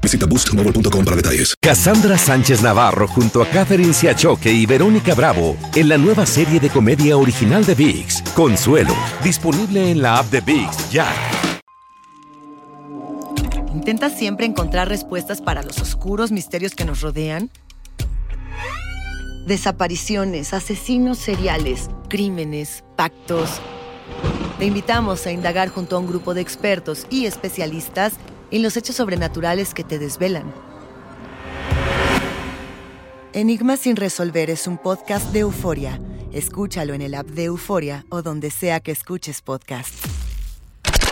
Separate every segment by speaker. Speaker 1: Visita boostmobile.com para detalles.
Speaker 2: Cassandra Sánchez Navarro junto a Catherine Siachoque y Verónica Bravo en la nueva serie de comedia original de VIX, Consuelo, disponible en la app de VIX ya.
Speaker 3: ¿Intentas siempre encontrar respuestas para los oscuros misterios que nos rodean?
Speaker 4: Desapariciones, asesinos seriales.
Speaker 3: Crímenes, pactos. Te invitamos a indagar junto a un grupo de expertos y especialistas en los hechos sobrenaturales que te desvelan. Enigma sin resolver es un podcast de euforia. Escúchalo en el app de Euforia o donde sea que escuches podcast.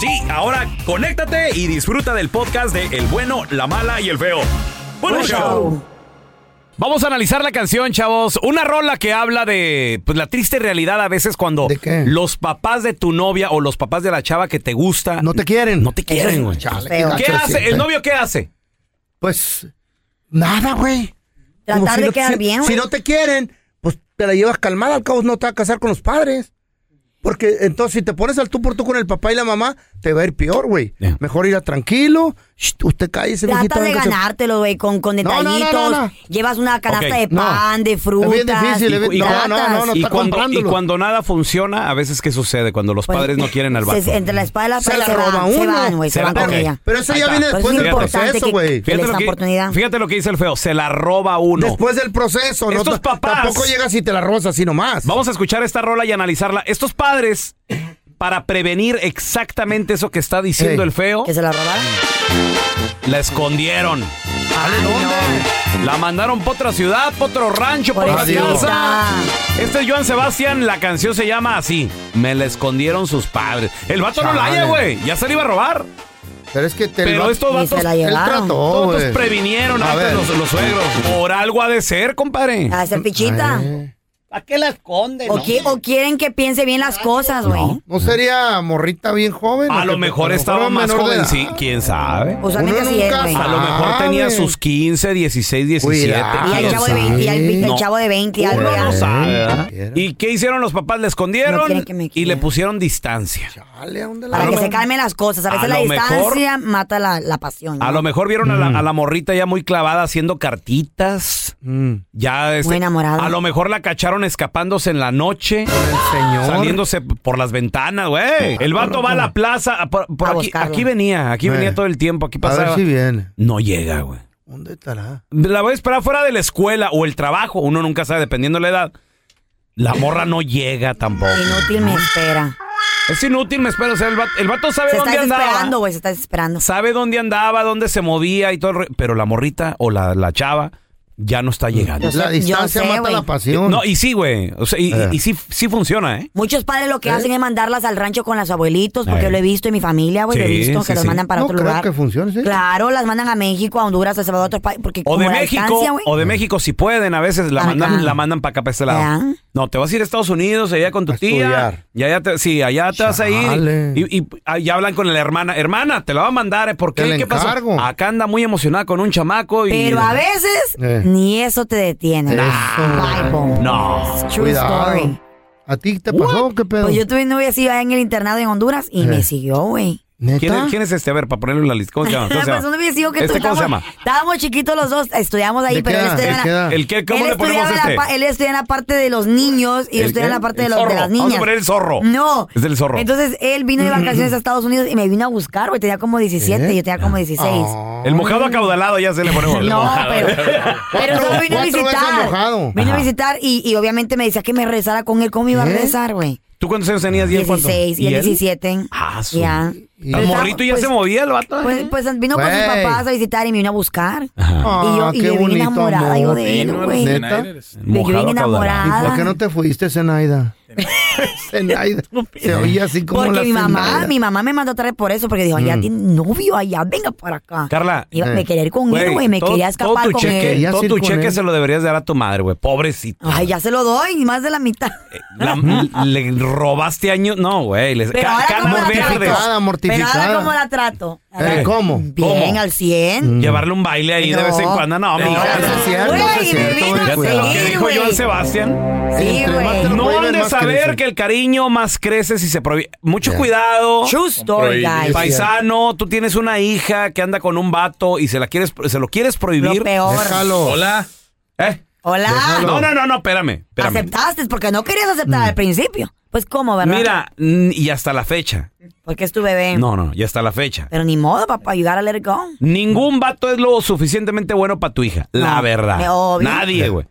Speaker 5: Sí, ahora conéctate y disfruta del podcast de El bueno, la mala y el feo. Buen
Speaker 6: Buen
Speaker 5: show.
Speaker 6: show. Vamos a analizar la canción, chavos. Una rola que habla de pues, la triste realidad a veces cuando los papás de tu novia o los papás de la chava que te gusta no te
Speaker 7: quieren.
Speaker 6: No te quieren, güey.
Speaker 7: Chale,
Speaker 6: ¿Qué
Speaker 7: gacho es
Speaker 6: hace?
Speaker 7: siempre.
Speaker 6: ¿El novio qué hace?
Speaker 7: Pues nada, güey.
Speaker 8: Tratar
Speaker 7: Como
Speaker 8: de
Speaker 7: no-
Speaker 8: quedar bien, güey.
Speaker 7: Si no te quieren, pues te la llevas calmada. Al cabo no te vas a casar con los padres. Porque entonces si te pones al tú por tú con el papá y la mamá, te va a ir peor, güey. Mejor ir a tranquilo. Shh, usted cállese, mijito,
Speaker 8: Tratas de
Speaker 7: véngase.
Speaker 8: ganártelo, güey, con, con
Speaker 7: No, no, no,
Speaker 8: detallitos.
Speaker 7: no, no.
Speaker 8: Llevas una canasta
Speaker 6: Ok,
Speaker 8: de
Speaker 6: no.
Speaker 8: pan, de
Speaker 7: bien
Speaker 8: frutas.
Speaker 7: difícil, es bien-
Speaker 6: cu-
Speaker 8: tratas.
Speaker 6: y, cuando, y cuando nada funciona, a veces ¿qué sucede? Cuando los padres no quieren al vato.
Speaker 8: Se- Pues, entre la espada y la
Speaker 7: Se
Speaker 8: pared
Speaker 7: la
Speaker 8: se
Speaker 7: roba
Speaker 8: van, se
Speaker 7: uno.
Speaker 8: van, güey, se,
Speaker 6: Se
Speaker 8: van
Speaker 6: la-
Speaker 8: con
Speaker 6: ok.
Speaker 8: ella.
Speaker 7: Pero eso
Speaker 6: Ahí
Speaker 7: ya
Speaker 6: está.
Speaker 7: viene
Speaker 6: Pues
Speaker 7: después
Speaker 6: es
Speaker 7: del
Speaker 6: importante
Speaker 7: proceso,
Speaker 8: que-
Speaker 7: güey.
Speaker 6: Fíjate
Speaker 8: les
Speaker 6: lo,
Speaker 8: da
Speaker 6: que,
Speaker 8: oportunidad.
Speaker 6: fíjate lo que dice el feo, se la roba uno.
Speaker 7: Después del proceso, no
Speaker 6: Estos
Speaker 7: ta-
Speaker 6: papás-
Speaker 7: tampoco llegas y te la robas así nomás.
Speaker 6: Vamos a escuchar esta rola y analizarla. Estos padres, para prevenir exactamente eso que está diciendo
Speaker 7: Ey.
Speaker 6: el feo,
Speaker 8: ¿Que se la robaron?
Speaker 6: la escondieron. La mandaron para otra ciudad, para otro rancho, para otra
Speaker 8: Pobrecita.
Speaker 6: casa. Este es Joan Sebastián, la canción se llama así. Me la escondieron sus padres. El vato no la
Speaker 7: Chale.
Speaker 6: haya, güey. Ya se la iba a robar.
Speaker 7: Pero es que te
Speaker 6: Pero
Speaker 7: va-
Speaker 6: estos
Speaker 8: Y se
Speaker 6: vatos,
Speaker 8: la
Speaker 7: él
Speaker 8: llevaron.
Speaker 7: trató,
Speaker 6: todos
Speaker 7: Oh, güey.
Speaker 6: previnieron
Speaker 7: A
Speaker 6: antes
Speaker 7: ver.
Speaker 6: los, los suegros. Por algo ha de ser, compadre.
Speaker 8: A hacer pichita.
Speaker 7: Ay.
Speaker 9: ¿A qué la esconde?
Speaker 8: O,
Speaker 9: no?
Speaker 8: qui- o quieren que piense bien las cosas, güey.
Speaker 7: ¿No sería morrita bien joven?
Speaker 6: A
Speaker 7: ¿O
Speaker 6: lo
Speaker 7: que-
Speaker 6: mejor
Speaker 7: a
Speaker 6: estaba
Speaker 7: era
Speaker 6: más
Speaker 7: menor de edad?
Speaker 6: joven, sí. ¿Quién sabe?
Speaker 8: Usualmente
Speaker 7: Uno
Speaker 8: así es,
Speaker 7: nunca
Speaker 8: güey.
Speaker 6: A lo mejor
Speaker 7: sabe.
Speaker 6: tenía sus 15, 16, 17.
Speaker 7: Cuidado.
Speaker 8: Y el
Speaker 6: ¿quién
Speaker 8: chavo de
Speaker 6: Ah, sabe?
Speaker 8: 20, y el, el
Speaker 6: No.
Speaker 8: chavo de 20, algo
Speaker 6: Uno no
Speaker 8: ya.
Speaker 6: sabe, ¿verdad?
Speaker 7: Quiera.
Speaker 6: ¿Y qué hicieron los papás? Le
Speaker 8: No
Speaker 6: escondieron
Speaker 8: quieren que me
Speaker 6: y le
Speaker 8: quiera.
Speaker 6: pusieron distancia.
Speaker 7: Dale, ¿a dónde la
Speaker 8: Para que
Speaker 7: roba?
Speaker 8: se calmen las cosas. A veces
Speaker 6: A
Speaker 8: la
Speaker 6: lo mejor-
Speaker 8: distancia mata la, la pasión.
Speaker 6: A
Speaker 8: ¿no?
Speaker 6: lo mejor vieron a,
Speaker 7: Mm.
Speaker 6: la, a la morrita ya muy clavada haciendo cartitas.
Speaker 7: Mm.
Speaker 6: Ya este,
Speaker 8: Muy enamorada.
Speaker 6: A lo mejor la cacharon escapándose en la noche.
Speaker 7: Señor.
Speaker 6: Saliéndose por las ventanas, güey. El vato va a la plaza. a- por- por
Speaker 8: A
Speaker 6: aquí,
Speaker 8: buscarla.
Speaker 6: aquí venía, aquí
Speaker 7: Eh.
Speaker 6: venía todo el tiempo. Aquí
Speaker 7: A
Speaker 6: pasaba.
Speaker 7: ver si viene.
Speaker 6: No llega, güey.
Speaker 7: ¿Dónde estará?
Speaker 6: La voy a esperar fuera de la escuela o el trabajo. Uno nunca sabe, dependiendo de la edad. La morra no llega tampoco.
Speaker 8: Inútil me espera.
Speaker 6: Es inútil, me espero. O sea, el, vato, el vato sabe
Speaker 8: Se está
Speaker 6: dónde
Speaker 8: desesperando,
Speaker 6: andaba.
Speaker 8: güey, se está desesperando.
Speaker 6: Sabe dónde andaba, dónde se movía y todo el rollo. Pero la morrita o la, la chava ya no está llegando.
Speaker 8: sé,
Speaker 7: La distancia
Speaker 8: yo sé,
Speaker 7: mata
Speaker 8: güey.
Speaker 7: la pasión.
Speaker 6: No, y sí, güey. O sea, y, y-
Speaker 7: Eh.
Speaker 6: y sí, sí funciona, ¿eh?
Speaker 8: Muchos padres lo que hacen es mandarlas al rancho con los abuelitos, porque
Speaker 6: Ey.
Speaker 8: lo he visto en mi familia, güey, lo
Speaker 6: Sí,
Speaker 8: he visto,
Speaker 6: sí,
Speaker 8: que los
Speaker 6: sí.
Speaker 8: mandan para
Speaker 7: No
Speaker 8: otro
Speaker 7: creo
Speaker 8: lugar.
Speaker 7: que funcione, sí.
Speaker 8: Claro, las mandan a México, a Honduras, a Salvador, a otros países, porque
Speaker 6: O
Speaker 8: como
Speaker 6: de
Speaker 8: la
Speaker 6: México,
Speaker 8: distancia, güey.
Speaker 6: o de México si pueden, a veces la
Speaker 8: Para acá.
Speaker 6: mandan, la mandan para acá, para este lado.
Speaker 8: ¿verdad?
Speaker 6: No, te vas a ir a Estados Unidos, allá con tu tía.
Speaker 7: estudiar.
Speaker 6: Y allá te, sí, allá te vas a ir.
Speaker 7: Chale.
Speaker 6: Y, y- ah, ya hablan con la hermana. Hermana, te la va a mandar, ¿eh? ¿Por
Speaker 7: Te
Speaker 6: qué?
Speaker 7: la
Speaker 6: ¿Qué pasó?
Speaker 7: encargo.
Speaker 6: Acá anda muy emocionada con un chamaco y.
Speaker 8: Pero a veces
Speaker 7: Eh.
Speaker 8: ni eso te detiene.
Speaker 7: Eso.
Speaker 8: Bible.
Speaker 6: No.
Speaker 8: True
Speaker 7: Cuidado.
Speaker 8: story.
Speaker 7: ¿A ti te pasó? ¿Qué pedo?
Speaker 8: Pues yo tuve novia así allá en el internado en Honduras y me siguió, güey.
Speaker 7: ¿Neta?
Speaker 6: ¿Quién, es- quién es este? A ver, para ponerle en la lista. ¿Cómo se llama? ¿Cómo
Speaker 8: Pues
Speaker 6: se llama?
Speaker 8: un noviecillo que tú-
Speaker 6: ¿Este cómo se llama?
Speaker 8: estábamos, estábamos chiquitos los dos, estudiamos ahí,
Speaker 7: ¿De
Speaker 8: pero
Speaker 7: qué
Speaker 8: él
Speaker 7: edad?
Speaker 8: estudiaba,
Speaker 7: ¿De qué
Speaker 8: en la-
Speaker 7: edad?
Speaker 6: ¿El qué? ¿Cómo
Speaker 8: él
Speaker 6: le ponemos
Speaker 8: estudiaba en
Speaker 6: este?
Speaker 8: la pa- él estudiaba en la parte de los niños y yo
Speaker 6: ¿El
Speaker 8: estudiaba
Speaker 6: qué?
Speaker 8: en la parte
Speaker 6: El
Speaker 8: de, los,
Speaker 6: zorro.
Speaker 8: de las
Speaker 6: Vamos a
Speaker 8: niñas.
Speaker 6: poner el zorro.
Speaker 8: No.
Speaker 6: Es del zorro. Mm.
Speaker 8: Entonces él vino de vacaciones a Estados Unidos y me vino a buscar, güey. Tenía como 17,
Speaker 7: ¿Eh? Oh.
Speaker 8: yo tenía como 16.
Speaker 7: Ah.
Speaker 6: El mojado acaudalado ya se le ponemos.
Speaker 8: No, pero, pero
Speaker 7: Cuatro-
Speaker 8: solo vino a
Speaker 7: cuatro veces
Speaker 8: visitar.
Speaker 7: enojado.
Speaker 8: Vino a
Speaker 7: Ajá.
Speaker 8: visitar y, y obviamente me decía que me rezara con él. ¿Cómo me iba a
Speaker 7: ¿Eh?
Speaker 8: rezar, güey?
Speaker 6: ¿Tú cuántos años tenías? ¿Y él cuánto?
Speaker 8: 16 y, el
Speaker 6: él?
Speaker 8: 17.
Speaker 6: Ah, su-
Speaker 8: Ya.
Speaker 7: Y-
Speaker 6: El
Speaker 8: Pero
Speaker 6: morrito ya
Speaker 8: estaba-
Speaker 6: se
Speaker 8: pues-
Speaker 6: movía el vato.
Speaker 8: Pues, pues vino con sus
Speaker 7: Güey.
Speaker 8: papás a visitar y me vino a buscar.
Speaker 7: Ah,
Speaker 8: y yo, y
Speaker 7: qué
Speaker 8: yo bien
Speaker 7: bonito
Speaker 8: enamorada yo
Speaker 7: amor.
Speaker 8: de él, güey. Yo
Speaker 7: ¿Neta?
Speaker 8: bien
Speaker 6: Mojado acaudalado.
Speaker 7: ¿Y por qué no
Speaker 8: enamorada.
Speaker 7: te fuiste, Zenaida? Zenaida. Se oía así como la
Speaker 8: Porque mi mamá,
Speaker 7: Zenaida.
Speaker 8: mi mamá me mandó a traer por eso, porque dijo, ya tiene novio allá, venga para acá.
Speaker 6: Carla.
Speaker 8: Iba-
Speaker 7: Eh.
Speaker 8: me quería ir con él, güey, me
Speaker 6: todo-
Speaker 8: quería
Speaker 6: todo
Speaker 8: escapar
Speaker 6: tu
Speaker 8: con
Speaker 6: cheque,
Speaker 8: él.
Speaker 7: Querías
Speaker 6: Todo
Speaker 7: ir
Speaker 6: tu
Speaker 7: con
Speaker 6: cheque
Speaker 7: él.
Speaker 6: se lo deberías dar a tu madre, güey. Pobrecito.
Speaker 8: Ay, ya se lo doy, más de la mitad.
Speaker 6: La- le robaste años. No, güey. les-
Speaker 8: Pero
Speaker 6: ca-
Speaker 8: ahora
Speaker 6: ca-
Speaker 8: cómo la
Speaker 6: verdes.
Speaker 8: trato.
Speaker 7: Mortificada, mortificada.
Speaker 8: Pero ahora cómo la trato.
Speaker 7: Eh, ¿Cómo? Mm.
Speaker 8: Bien,
Speaker 6: ¿Cómo?
Speaker 8: al 100.
Speaker 6: Llevarle un baile ahí de
Speaker 8: No.
Speaker 6: vez en cuando. No, mi
Speaker 7: No,
Speaker 6: hija,
Speaker 7: eso es cierto,
Speaker 8: Güey,
Speaker 7: eso es
Speaker 8: me
Speaker 7: cierto,
Speaker 8: vino
Speaker 7: güey,
Speaker 8: a
Speaker 6: Fíjate lo que
Speaker 8: seguir,
Speaker 6: dijo Joan
Speaker 8: güey.
Speaker 6: Sebastián.
Speaker 8: Sí,
Speaker 7: Entre más te
Speaker 8: güey.
Speaker 7: lo-
Speaker 6: No
Speaker 7: puede
Speaker 6: han
Speaker 7: ver
Speaker 6: de
Speaker 7: más que
Speaker 6: saber
Speaker 7: decir.
Speaker 6: que el cariño más crece si se prohíbe. Mucho cuidado.
Speaker 8: True story, guys.
Speaker 6: Paisano, tú tienes una hija que anda con un vato y se la quieres, se lo quieres prohibir.
Speaker 8: Lo peor.
Speaker 7: Déjalo.
Speaker 6: Hola. ¿Eh?
Speaker 8: Hola.
Speaker 6: No, no, no, no, espérame. espérame. Mm.
Speaker 8: Aceptaste porque no querías aceptar al principio. Pues cómo, ¿verdad?
Speaker 6: Mira, mm, y hasta la fecha.
Speaker 8: Porque es tu bebé.
Speaker 6: No, no, y hasta la fecha.
Speaker 8: Pero ni modo, papá, ayudar a let it go.
Speaker 6: Ningún vato es lo suficientemente bueno para tu hija. La
Speaker 8: No,
Speaker 6: verdad.
Speaker 8: me obvio. Eh.
Speaker 6: Nadie, güey.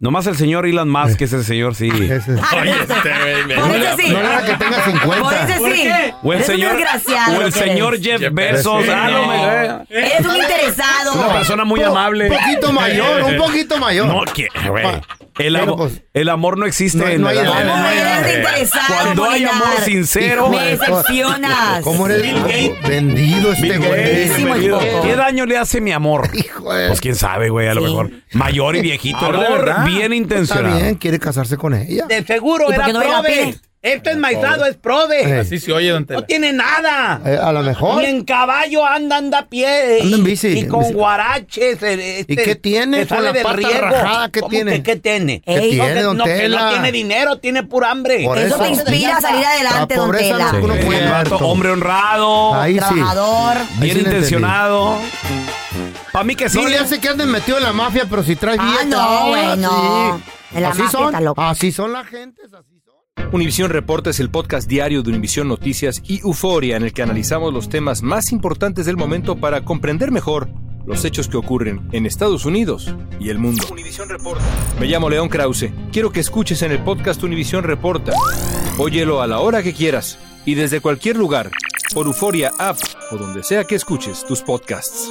Speaker 6: Nomás el señor Elon Musk, que ese señor sí.
Speaker 7: Ese es-
Speaker 6: este
Speaker 8: Por eso sí.
Speaker 7: No era que tenga 50.
Speaker 8: Por eso sí.
Speaker 6: O el
Speaker 8: Eres
Speaker 6: señor,
Speaker 8: un desgraciado.
Speaker 6: o el
Speaker 8: que eres.
Speaker 6: señor Jeff Bezos.
Speaker 7: Bezos.
Speaker 6: Ah, no, me-
Speaker 8: Eres un interesado.
Speaker 6: Una persona muy
Speaker 7: Po-
Speaker 6: amable. Eh,
Speaker 7: Un poquito mayor, un poquito mayor.
Speaker 6: No, que, güey. El,
Speaker 7: Pero,
Speaker 6: amor-
Speaker 7: pues,
Speaker 6: el amor no existe.
Speaker 7: no-
Speaker 6: en
Speaker 7: no
Speaker 6: la
Speaker 7: hay
Speaker 6: edad.
Speaker 7: edad.
Speaker 8: ¿Cómo
Speaker 7: no,
Speaker 8: eres
Speaker 7: no,
Speaker 8: interesado?
Speaker 6: Cuando hay
Speaker 8: Molinar?
Speaker 6: amor sincero. eh,
Speaker 8: Me
Speaker 6: güey.
Speaker 8: decepcionas.
Speaker 7: ¿Cómo eres? Vendido este
Speaker 8: Buenísimo
Speaker 7: güey.
Speaker 8: el
Speaker 6: Bienvenido.
Speaker 8: poco.
Speaker 6: ¿Qué daño le hace mi amor?
Speaker 7: Hijo de...
Speaker 6: Pues quién sabe, güey, a lo
Speaker 8: Sí.
Speaker 6: mejor. Mayor y viejito.
Speaker 5: Ahora, de
Speaker 6: Amor
Speaker 5: verdad.
Speaker 6: bien
Speaker 7: Está
Speaker 6: intencionado.
Speaker 7: bien, quiere casarse con ella.
Speaker 5: De seguro
Speaker 8: ¿Y por qué no era pide?
Speaker 5: Esto enmaizado es prove.
Speaker 7: Eh,
Speaker 9: Así se oye, don Tela.
Speaker 5: tiene nada.
Speaker 7: eh, a lo mejor.
Speaker 5: Ni en caballo anda, anda a pie. eh,
Speaker 7: Anda en
Speaker 5: y-
Speaker 7: bici,
Speaker 5: Y
Speaker 7: en
Speaker 5: con
Speaker 7: bici.
Speaker 5: guaraches. eh, este,
Speaker 7: ¿Y qué tiene
Speaker 5: que
Speaker 7: con
Speaker 5: sale
Speaker 7: la
Speaker 5: del
Speaker 7: pata
Speaker 5: riego?
Speaker 7: rajada? ¿Qué
Speaker 5: ¿Cómo
Speaker 7: tiene?
Speaker 5: que ¿Qué tiene?
Speaker 7: ¿Qué
Speaker 8: Ey,
Speaker 7: tiene, don
Speaker 5: no, que
Speaker 7: Tela?
Speaker 5: no tiene dinero, tiene pura hambre.
Speaker 7: Por
Speaker 8: Eso te
Speaker 7: eso.
Speaker 8: inspira a salir adelante,
Speaker 7: La
Speaker 8: don
Speaker 7: pobreza
Speaker 8: Tela.
Speaker 7: no-
Speaker 6: Sí.
Speaker 7: Uno
Speaker 6: El
Speaker 7: puede
Speaker 6: vato,
Speaker 7: harto.
Speaker 6: hombre honrado,
Speaker 7: Ahí sí.
Speaker 8: Trabajador.
Speaker 7: Ahí
Speaker 6: bien
Speaker 7: sí le entendí.
Speaker 6: intencionado. Para mí que sí.
Speaker 7: No le hace que anden metido en la mafia, pero si traes
Speaker 8: Ah,
Speaker 7: billetes.
Speaker 8: no, güey, no. En la
Speaker 7: así
Speaker 8: mafia
Speaker 7: son,
Speaker 8: está loco.
Speaker 7: así son la gente, así son.
Speaker 10: Univisión Reporta es el podcast diario de Univisión Noticias y Euforia en el que analizamos los temas más importantes del momento para comprender mejor los hechos que ocurren en Estados Unidos y el mundo. Me llamo León Krause. Quiero que escuches en el podcast Univisión Reporta. Óyelo a la hora que quieras y desde cualquier lugar por Euforia App o donde sea que escuches tus podcasts.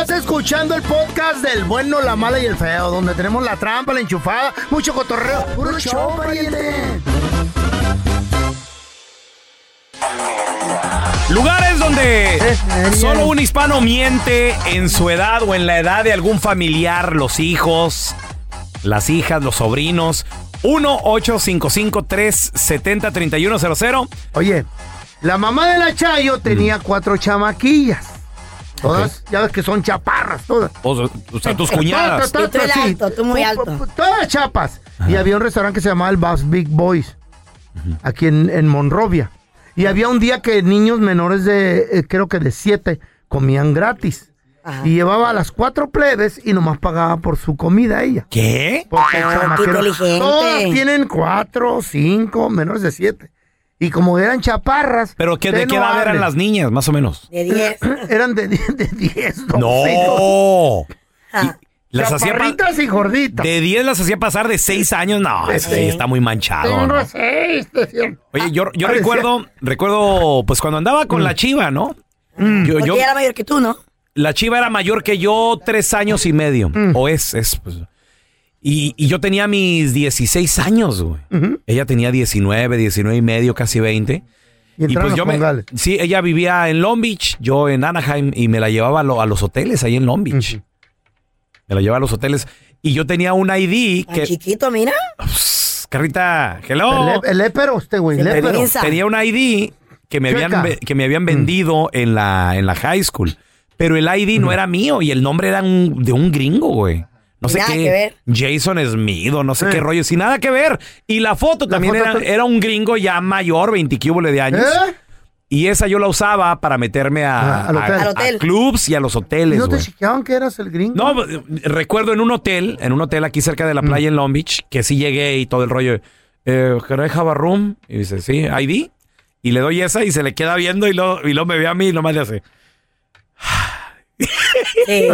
Speaker 7: Estás escuchando el podcast del bueno, la mala y el feo, donde tenemos la trampa, la enchufada, mucho cotorreo. ¡Puro show, pariente!
Speaker 6: Lugares donde Eh, solo un hispano miente en su edad o en la edad de algún familiar, los hijos, las hijas, los sobrinos. 1-855-370-3100.
Speaker 7: Oye, la mamá de la Chayo
Speaker 6: Mm.
Speaker 7: tenía cuatro chamaquillas. Todas, ya ves que son chaparras, todas.
Speaker 6: O, sea, tus cuñadas.
Speaker 7: Ta, ta, ta,
Speaker 8: Tú el
Speaker 7: sí.
Speaker 8: alto, tú muy
Speaker 7: Pu-
Speaker 8: alto.
Speaker 7: pu- Todas chapas.
Speaker 6: Ah.
Speaker 7: Y había un restaurante que se llamaba el Bass Big Boys, aquí en, en Monrovia. Y había un día que niños menores de, eh, creo que de siete, comían gratis. Y llevaba a las cuatro plebes y nomás pagaba por su comida ella.
Speaker 6: ¿Qué?
Speaker 7: Porque el
Speaker 8: Ah, qué
Speaker 7: chamaquero-
Speaker 8: inteligente.
Speaker 7: Todas tienen cuatro, cinco, menores de siete. Y como eran chaparras.
Speaker 6: Pero que, ¿de
Speaker 7: usted
Speaker 6: qué
Speaker 7: no
Speaker 6: edad
Speaker 7: hable.
Speaker 6: eran las niñas, más o menos?
Speaker 8: De 10.
Speaker 7: Eran de 10, de 10
Speaker 6: ¡No! Las hacía pa-
Speaker 7: Chaparritas y gorditas.
Speaker 6: de 10 las hacía pasar de 6 años. No,
Speaker 7: De
Speaker 6: ese
Speaker 7: seis.
Speaker 6: está muy manchado.
Speaker 7: Tengo
Speaker 6: ¿no?
Speaker 7: seis, decían.
Speaker 6: Oye, yo, yo
Speaker 7: Parecía- Mm.
Speaker 6: recuerdo, recuerdo, pues cuando andaba con la chiva, ¿no? Yo,
Speaker 8: Porque
Speaker 6: yo-
Speaker 8: ella era mayor que tú, ¿no?
Speaker 6: la chiva era mayor que yo tres años y medio. O es, es. pues. y, y yo tenía mis 16 años, güey. Ella tenía 19, 19 y medio, casi 20.
Speaker 7: Y entraron los
Speaker 6: pues me,
Speaker 7: congales.
Speaker 6: sí, ella vivía en Long Beach, yo en Anaheim, y me la llevaba a, lo- a los hoteles ahí en Long Beach. Me la llevaba a los hoteles. Y yo tenía un ID
Speaker 8: Tan
Speaker 6: que.
Speaker 8: chiquito, mira.
Speaker 6: Pss, Carrita, hello.
Speaker 7: El, el épero, este güey, el
Speaker 6: Tenía-
Speaker 7: épero.
Speaker 6: tenía un ID que me habían,
Speaker 7: Chueca.
Speaker 6: ve- que me habían vendido en, la, en la high school. Pero el ID no era mío y el nombre era un- de un gringo, güey. No sé
Speaker 8: Nada
Speaker 6: qué.
Speaker 8: que ver.
Speaker 6: Jason Smith o no sé
Speaker 7: Eh.
Speaker 6: qué rollo, sin nada que ver. Y la foto también
Speaker 7: foto
Speaker 6: era,
Speaker 7: tam-
Speaker 6: era un gringo ya mayor, 20 quíbole de años.
Speaker 7: ¿Eh?
Speaker 6: Y esa yo la usaba para meterme a,
Speaker 7: Ah, al hotel.
Speaker 6: a-
Speaker 8: Al
Speaker 6: a
Speaker 8: hotel.
Speaker 6: clubs y a los hoteles,
Speaker 7: ¿No te
Speaker 6: güey.
Speaker 7: chequeaban que eras el gringo?
Speaker 6: No, eh, recuerdo en un hotel, en un hotel aquí cerca
Speaker 7: Mm.
Speaker 6: de la playa en Long Beach, que sí llegué y todo el rollo. Eh, ¿Querés Java Room? Y dice, sí, ID. Y le doy esa y se le queda viendo y luego y luego me ve a mí y nomás le hace.
Speaker 8: Sí.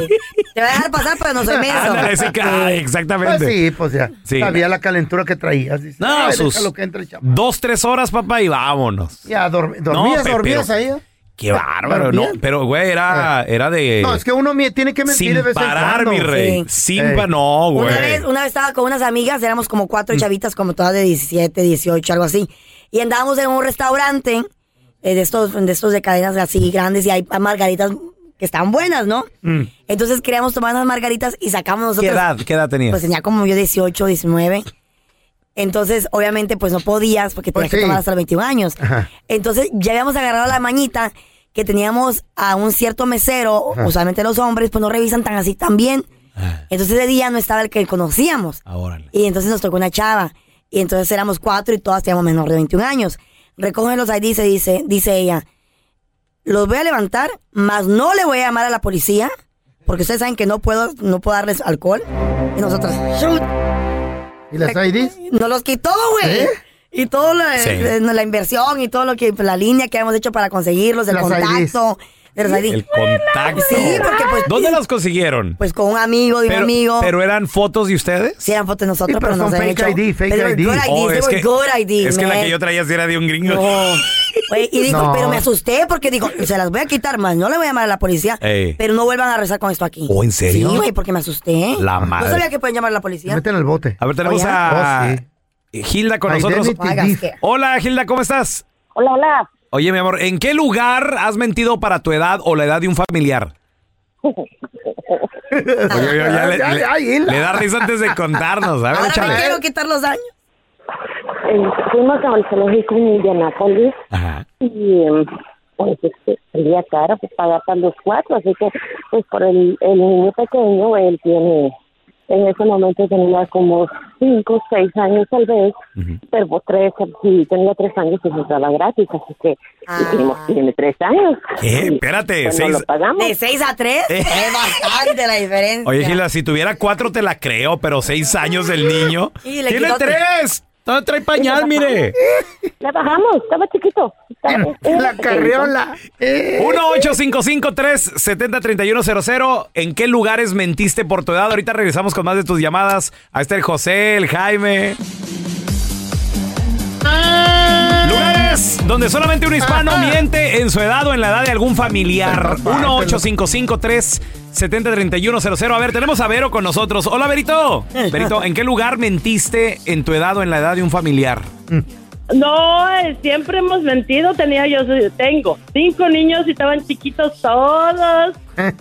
Speaker 8: Te va a dejar pasar, pero no soy menso.
Speaker 6: Ándale, sí, ca-
Speaker 7: Pues
Speaker 6: exactamente.
Speaker 7: sí, pues ya.
Speaker 6: Sí.
Speaker 7: Sabía la calentura que traías. dices,
Speaker 6: No,
Speaker 7: "Ay,
Speaker 6: sus-
Speaker 7: déjalo que entre el chamaco".
Speaker 6: Dos, tres horas, papá, y vámonos.
Speaker 7: Ya, dorm- dormías,
Speaker 6: pe-
Speaker 7: dormías
Speaker 6: pero-
Speaker 7: ahí. ¿eh?
Speaker 6: Qué bárbaro, ¿no?
Speaker 7: Dormías.
Speaker 6: Pero, güey, era, era de.
Speaker 7: Eh. No, es que uno mie- tiene que mentir de
Speaker 6: eh, sin
Speaker 7: vez en
Speaker 6: parar,
Speaker 7: cuando.
Speaker 6: mi rey.
Speaker 8: Sí.
Speaker 6: Sin
Speaker 7: Ey.
Speaker 6: parar, no, güey. Mm.
Speaker 8: Una vez, una vez estaba con unas amigas, éramos como cuatro chavitas, como todas de 17, 18, algo así. Y andábamos en un restaurante eh, de, estos, de estos de cadenas así grandes y hay margaritas que están buenas, ¿no? Entonces queríamos tomar unas margaritas y sacamos
Speaker 6: Mm. ¿Qué
Speaker 8: nosotros.
Speaker 6: edad, ¿Qué edad tenías?
Speaker 8: Pues tenía como yo 18, 19. Entonces, obviamente, pues no podías porque
Speaker 7: Pues
Speaker 8: tenías que
Speaker 7: sí.
Speaker 8: tomar hasta los 21 años.
Speaker 7: Ajá.
Speaker 8: Entonces, ya habíamos agarrado la mañita que teníamos a un cierto mesero, usualmente los hombres, pues no revisan tan así tan bien. Entonces, ese día no estaba el que conocíamos.
Speaker 6: Ah, órale.
Speaker 8: Y entonces nos tocó una chava. Y entonces éramos cuatro y todas teníamos menor de 21 años. Recogen los IDs y dice, dice ella, los voy a levantar, mas no le voy a llamar a la policía, porque ustedes saben que no puedo, no puedo darles alcohol. Y nosotros, "Shoot".
Speaker 7: ¿Y las IDs?
Speaker 8: nos los quitó, güey.
Speaker 7: ¿Eh?
Speaker 8: Y toda la,
Speaker 6: Sí.
Speaker 8: eh, la inversión y todo lo que, la línea que habíamos hecho para conseguirlos, el
Speaker 7: Las
Speaker 8: contacto. de los IDs.
Speaker 6: El contacto.
Speaker 8: Sí, porque pues,
Speaker 6: ¿Dónde las consiguieron?
Speaker 8: pues con un amigo de un
Speaker 6: Pero,
Speaker 8: amigo.
Speaker 6: pero eran fotos de ustedes.
Speaker 8: Sí, eran fotos de nosotros,
Speaker 7: Sí, pero
Speaker 8: pero, nos
Speaker 7: son
Speaker 8: han
Speaker 7: fake
Speaker 8: hecho.
Speaker 7: ID, fake
Speaker 8: pero
Speaker 7: ID.
Speaker 8: good IDs,
Speaker 6: Oh,
Speaker 8: they
Speaker 6: es
Speaker 8: were
Speaker 6: que,
Speaker 8: good IDs,
Speaker 6: es que la
Speaker 8: man.
Speaker 6: que yo traía sí era de un gringo.
Speaker 8: No. Güey, y dijo,
Speaker 7: No.
Speaker 8: pero me asusté porque digo, se las voy a quitar más, no le voy a llamar a la policía,
Speaker 6: Ey.
Speaker 8: pero no vuelvan a rezar con esto aquí.
Speaker 6: Oh, ¿en serio?
Speaker 8: Sí, güey, porque me asusté.
Speaker 6: La madre.
Speaker 8: No sabía que pueden llamar a la policía.
Speaker 7: Meten al bote.
Speaker 6: A ver, tenemos
Speaker 8: Oye.
Speaker 6: a
Speaker 7: Oh,
Speaker 6: Gilda con nosotros.
Speaker 7: Identity
Speaker 8: Hagas
Speaker 7: thief.
Speaker 8: que-
Speaker 6: Hola, Gilda, ¿cómo estás?
Speaker 11: Hola, hola.
Speaker 6: Oye, mi amor, ¿en qué lugar has mentido para tu edad o la edad de un familiar? Oye, oye, ya le,
Speaker 7: Ay, ay,
Speaker 6: le-
Speaker 7: Gilda.
Speaker 6: le da risa antes de contarnos. A ver,
Speaker 8: Ahora me
Speaker 6: échale.
Speaker 8: quiero quitar los daños.
Speaker 11: Eh, fuimos al zoológico en Indianápolis
Speaker 6: Ajá.
Speaker 11: y eh, pues este, salía caro pues pagar para los cuatro, así que pues por el, el niño pequeño, él tiene, en ese momento tenía como cinco, seis años tal vez, pero por tres, si tenía tres años pues entraba gratis, así que
Speaker 8: Ah.
Speaker 11: dijimos, tiene tres años.
Speaker 6: ¿Qué?
Speaker 11: Y,
Speaker 6: Espérate,
Speaker 11: pues, no
Speaker 6: seis-
Speaker 11: lo pagamos.
Speaker 8: De 6 a 3
Speaker 6: Eh.
Speaker 8: es bastante la diferencia.
Speaker 6: Oye, Gilda, si tuviera cuatro te la creo, pero seis años del niño.
Speaker 8: Y le
Speaker 6: ¡Tiene
Speaker 8: quitó-
Speaker 6: tres! Todo trae pañal, mire.
Speaker 11: La bajamos, estaba chiquito. Estaba-
Speaker 7: La carriola. Eh.
Speaker 6: 1-855-370-3100. ¿En qué lugares mentiste por tu edad? Ahorita regresamos con más de tus llamadas. Ahí está el José, el Jaime. Lugares donde solamente un hispano miente en su edad o en la edad de algún familiar. 1-855-370-3100. A ver, tenemos a Vero con nosotros. Hola, Verito. Verito, ¿en qué lugar mentiste en tu edad o en la edad de un familiar?
Speaker 11: No, eh, siempre hemos mentido. Tenía yo, tengo cinco niños y estaban chiquitos todos.
Speaker 7: Eh.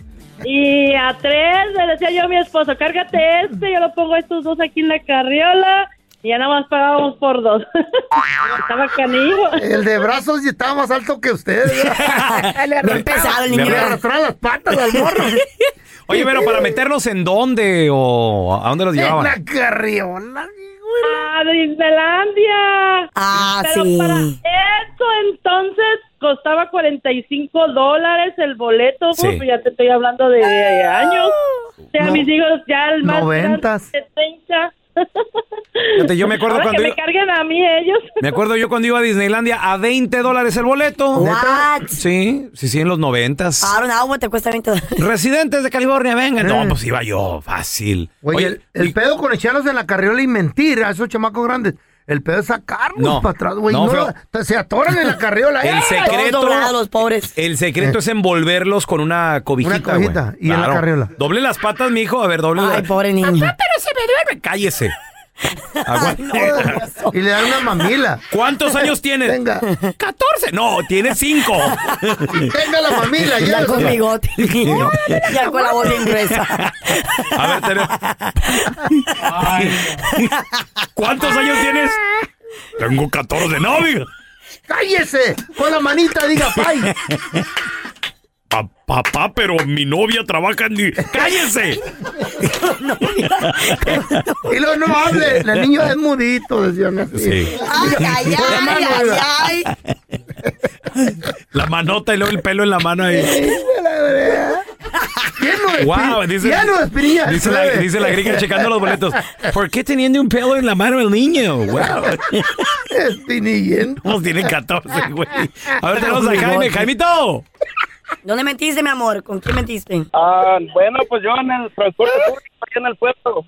Speaker 11: Y
Speaker 12: a tres, le decía yo a mi esposo, cárgate este, yo lo pongo a estos dos aquí en la carriola. Y ya nada más pagábamos por dos. Estaba canijo.
Speaker 7: El de brazos y estaba más alto que usted. ¿eh? Le
Speaker 8: pesado el
Speaker 7: niño.
Speaker 6: Le
Speaker 7: Le arrastraba las patas al morro.
Speaker 6: Oye, pero para meterlos en dónde o a dónde los
Speaker 7: En
Speaker 6: llevaban.
Speaker 7: la carriola.
Speaker 12: ¡A Disneylandia!
Speaker 8: Ah,
Speaker 12: Pero
Speaker 8: sí.
Speaker 12: para eso entonces costaba 45 dólares el boleto.
Speaker 8: Sí.
Speaker 12: Uf, ya te estoy hablando de años. O sea,
Speaker 6: No.
Speaker 12: mis hijos ya el más
Speaker 6: Noventas.
Speaker 12: grande, 70.
Speaker 6: Fíjate, yo me acuerdo
Speaker 12: Ahora
Speaker 6: cuando
Speaker 12: que
Speaker 6: yo-
Speaker 12: me carguen a mí ellos.
Speaker 6: Me acuerdo yo cuando iba a Disneylandia a 20 dólares el boleto.
Speaker 8: What?
Speaker 6: Sí, sí, sí, en los noventas.
Speaker 7: Ah.
Speaker 8: Ahora un agua te cuesta 20 dólares.
Speaker 6: Residentes de California, vengan. No, pues iba yo, fácil.
Speaker 7: Oye, el, el pedo con echarlos en la carriola y mentir a esos chamacos grandes. El pedo es sacarlos
Speaker 6: No.
Speaker 7: para atrás, güey.
Speaker 6: No,
Speaker 7: No,
Speaker 6: feo.
Speaker 7: la- se atoran en la carriola. ¡eh!
Speaker 6: El
Speaker 7: ¡Ay!
Speaker 6: secreto.
Speaker 8: pobres.
Speaker 6: El secreto es envolverlos con una cobijita.
Speaker 7: Eh. Una cobijita
Speaker 6: güey.
Speaker 7: y en la carriola.
Speaker 6: Doble las patas, mijo. A ver, doble.
Speaker 8: Ay, pobre niño.
Speaker 6: pero se me duerme. Cállese. Aguanta.
Speaker 7: Y le dan una mamila.
Speaker 6: ¿Cuántos años tienes?
Speaker 7: Tenga.
Speaker 6: 14. No, tiene 5.
Speaker 7: Tenga Pues la mamila.
Speaker 8: Ya con bigote. Ya con la bola ingresa.
Speaker 6: A ver, tenemos. ¿Cuántos años tienes? Tengo 14, novio.
Speaker 7: ¡Cállese! Con la manita diga pay.
Speaker 6: papá, pero mi novia trabaja en. mi- ¡Cállese!
Speaker 7: Y luego no hable. El niño es mudito, decían así.
Speaker 6: Sí.
Speaker 8: Ay, ay, ay, ay, ay.
Speaker 6: La manota y luego el pelo en la mano ahí.
Speaker 7: Lleno de
Speaker 6: ¡Wow!
Speaker 7: espin-
Speaker 6: Ah, Dice,
Speaker 7: lleno de espinillas.
Speaker 6: dice, la, dice la gringa checando los boletos. ¿Por qué teniendo un pelo en la mano el niño? ¡Wow!
Speaker 7: Espinillento.
Speaker 6: Nos tienen 14, güey. A ver, tenemos a Jaime. ¡Jaimito!
Speaker 8: ¿Dónde mentiste, mi amor? ¿Con quién mentiste?
Speaker 5: Ah, bueno, pues yo en el transporte público aquí en el puerto.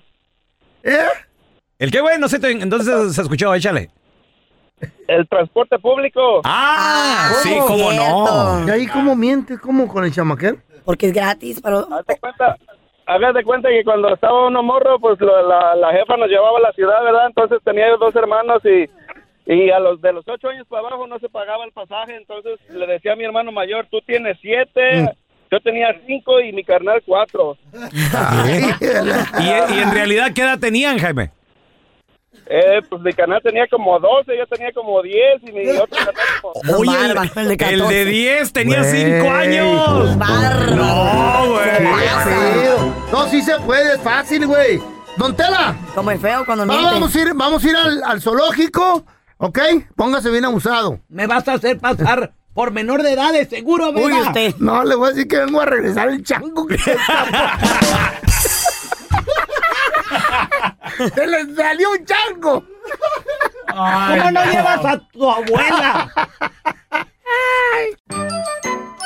Speaker 6: ¿El qué, güey? No sé, te- entonces se escuchó, échale.
Speaker 5: El transporte público.
Speaker 6: ¡Ah! sí,
Speaker 8: ¿cómo?
Speaker 6: cómo no.
Speaker 7: ¿Y ahí cómo miente? ¿Cómo con el chamaquel?
Speaker 8: Porque es gratis, pero...
Speaker 5: Hagas de cuenta que cuando estaba uno morro, pues lo- la, la jefa nos llevaba a la ciudad, ¿verdad? Entonces tenía yo dos hermanos y, y a los de los ocho años para abajo no se pagaba el pasaje. Entonces le decía a mi hermano mayor, tú tienes siete, yo tenía cinco y mi carnal cuatro.
Speaker 6: ¿Y, y en realidad qué edad tenían, Jaime?
Speaker 5: Eh, pues mi carnal tenía como doce, yo tenía como diez y mi otro carnal como...
Speaker 6: Oye, el,
Speaker 8: Bárbaro, el de
Speaker 6: el
Speaker 8: 14.
Speaker 6: de 10 tenía
Speaker 7: Güey.
Speaker 6: 5 años.
Speaker 8: Bárbaro.
Speaker 6: No, güey.
Speaker 7: Feo. No, sí se puede, es fácil, güey. Don Tela,
Speaker 8: Como el feo cuando miente.
Speaker 7: vamos a ir, vamos a ir al, al zoológico, ¿ok? Póngase bien abusado.
Speaker 13: Me vas a hacer pasar por menor de edad, de seguro,
Speaker 8: Uy,
Speaker 13: ¿verdad?
Speaker 8: usted.
Speaker 7: No, le voy a decir que vengo a regresar el chango que se escapó. ¡Se le salió un chango!
Speaker 13: ¿Cómo no llevas a tu abuela?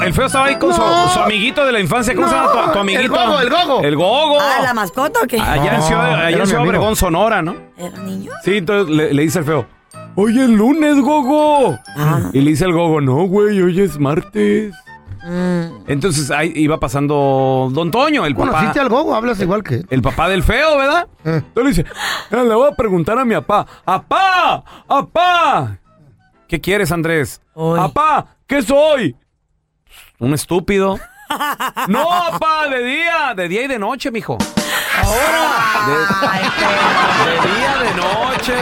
Speaker 6: El feo estaba ahí con su,
Speaker 7: No.
Speaker 6: su amiguito de la infancia. ¿Cómo se llama tu, tu
Speaker 7: el
Speaker 6: amiguito?
Speaker 7: gogo, el gogo.
Speaker 6: El gogo.
Speaker 8: Ah, ¿la mascota o qué?
Speaker 6: Allá en
Speaker 7: No,
Speaker 6: Ciudad, allá
Speaker 7: era
Speaker 6: en
Speaker 7: mi
Speaker 6: Ciudad
Speaker 7: amigo.
Speaker 6: Obregón, Sonora, ¿no?
Speaker 8: ¿Era niño?
Speaker 6: Sí, entonces le, le dice el feo. Hoy es lunes, gogo.
Speaker 7: Ah.
Speaker 6: Y le dice el gogo, no, güey, hoy es martes.
Speaker 7: Mm.
Speaker 6: Entonces ahí iba pasando Don Toño, el papá.
Speaker 7: ¿Conociste al gogo? Hablas igual que él.
Speaker 6: El papá del feo, ¿verdad?
Speaker 7: Eh.
Speaker 6: Entonces le dice, "Ah, le voy a preguntar a mi papá. ¡Apá! ¡Apá! ¿Qué quieres, Andrés? ¡Apá! ¿Qué soy? Un estúpido. no, apá, de día, de día y de noche, mijo. Ahora. De, de día, de noche.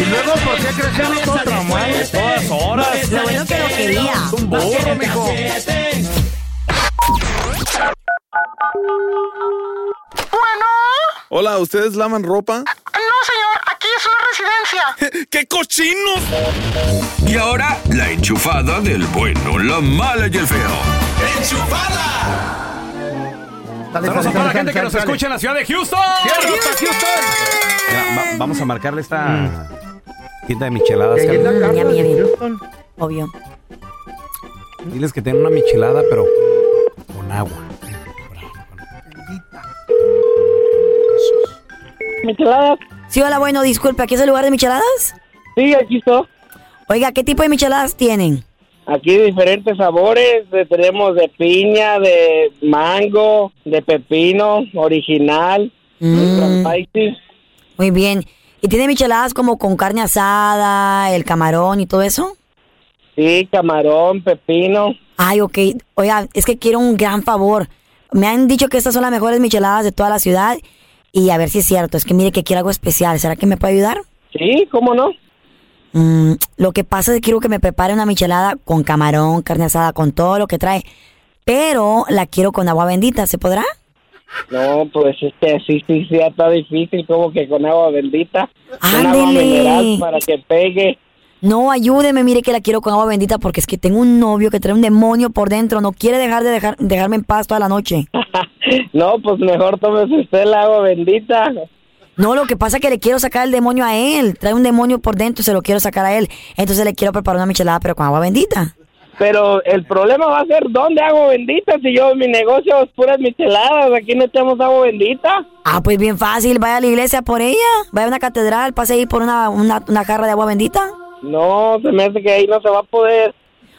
Speaker 7: Y luego, ¿por qué crecemos todo traumado?
Speaker 6: Todas horas.
Speaker 8: Lo bueno que lo quería.
Speaker 6: Es un burro, mijo.
Speaker 2: Hola, ¿ustedes lavan ropa?
Speaker 14: No, señor, aquí es una residencia.
Speaker 2: ¡Qué cochinos! Y ahora, la enchufada del bueno, la mala y el feo. ¡Enchufada!
Speaker 6: Saludos
Speaker 7: Dale, dale,
Speaker 6: a toda la
Speaker 7: dale,
Speaker 6: gente que
Speaker 7: dale,
Speaker 6: nos
Speaker 7: dale.
Speaker 6: escucha en la ciudad de Houston.
Speaker 7: ¡Cierra, pa' Houston! Mm.
Speaker 6: Mira, va- vamos a marcarle esta tienda de micheladas.
Speaker 7: Que ahí
Speaker 6: Carmen.
Speaker 7: la
Speaker 8: Mm, ya,
Speaker 7: Carla
Speaker 8: ya,
Speaker 7: de
Speaker 8: ya.
Speaker 7: Houston.
Speaker 8: Obvio.
Speaker 6: Diles que tienen una michelada, pero con agua.
Speaker 5: ¿Micheladas?
Speaker 8: Sí, hola, bueno, disculpe, ¿aquí es el lugar de micheladas?
Speaker 5: Sí, aquí estoy.
Speaker 8: Oiga, ¿qué tipo de micheladas tienen?
Speaker 5: Aquí diferentes sabores, eh, tenemos de piña, de mango, de pepino, original,
Speaker 8: Mm,
Speaker 5: spicy.
Speaker 8: muy bien. ¿Y tiene micheladas como con carne asada, el camarón y todo eso?
Speaker 5: Sí, camarón, pepino.
Speaker 8: Ay, ok. Oiga, es que quiero un gran favor. Me han dicho que estas son las mejores micheladas de toda la ciudad. Y a ver si es cierto. Es que mire que quiero algo especial. ¿Será que me puede ayudar?
Speaker 14: Sí, ¿cómo no?
Speaker 8: Mm, lo que pasa es que quiero que me prepare una michelada con camarón, carne asada, con todo lo que trae. Pero la quiero con agua bendita. ¿Se podrá?
Speaker 14: No, pues este, sí, sí, sí, está difícil, como que con agua bendita. Con agua
Speaker 8: Ándele.
Speaker 14: mineral para que pegue.
Speaker 8: No, ayúdeme, mire que la quiero con agua bendita porque es que tengo un novio que trae un demonio por dentro, no quiere dejar de dejar, dejarme en paz toda la noche.
Speaker 14: No, pues mejor tómese usted el agua bendita.
Speaker 8: No, lo que pasa es que le quiero sacar el demonio a él, trae un demonio por dentro y se lo quiero sacar a él. Entonces le quiero preparar una michelada pero con agua bendita.
Speaker 14: Pero el problema va a ser dónde hago bendita si yo mi negocio es puras micheladas, aquí no echamos agua bendita.
Speaker 8: Ah, pues bien fácil, vaya a la iglesia por ella, vaya a una catedral, pase ahí por una, una, una jarra de agua bendita.
Speaker 14: No, se me hace que ahí no se va a poder.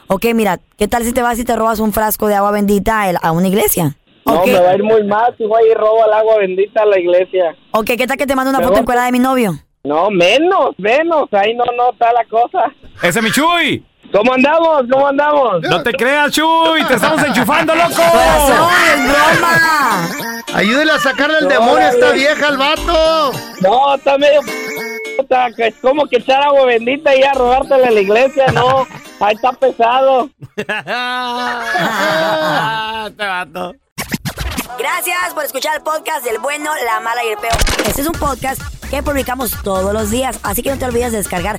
Speaker 8: Ok, mira, ¿qué tal si te vas y te robas un frasco de agua bendita a, el- a una iglesia?
Speaker 14: No,
Speaker 8: Ok.
Speaker 14: me va a ir muy mal si voy y robo el agua bendita a la iglesia.
Speaker 8: Ok, ¿qué tal que te mando una
Speaker 14: Me
Speaker 8: foto
Speaker 14: voy.
Speaker 8: en cuerda de mi novio?
Speaker 14: No, menos, menos, ahí no, no está la cosa.
Speaker 6: ¡Ese mi Chuy!
Speaker 14: ¿Cómo andamos? ¿Cómo andamos?
Speaker 6: No te creas, Chuy, te estamos enchufando,
Speaker 14: ¡Oh!
Speaker 6: loco.
Speaker 7: Ayúdele a sacarle el
Speaker 14: No,
Speaker 7: demonio a esta
Speaker 14: dale.
Speaker 7: vieja al vato.
Speaker 14: No, está medio... puta, que Es como que echar agua bendita y ir a robártela a la iglesia, no. Ahí está pesado.
Speaker 8: Gracias por escuchar el podcast del bueno, la mala y el peor. Este es un podcast que publicamos todos los días, así que no te olvides de descargar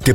Speaker 15: ¿Te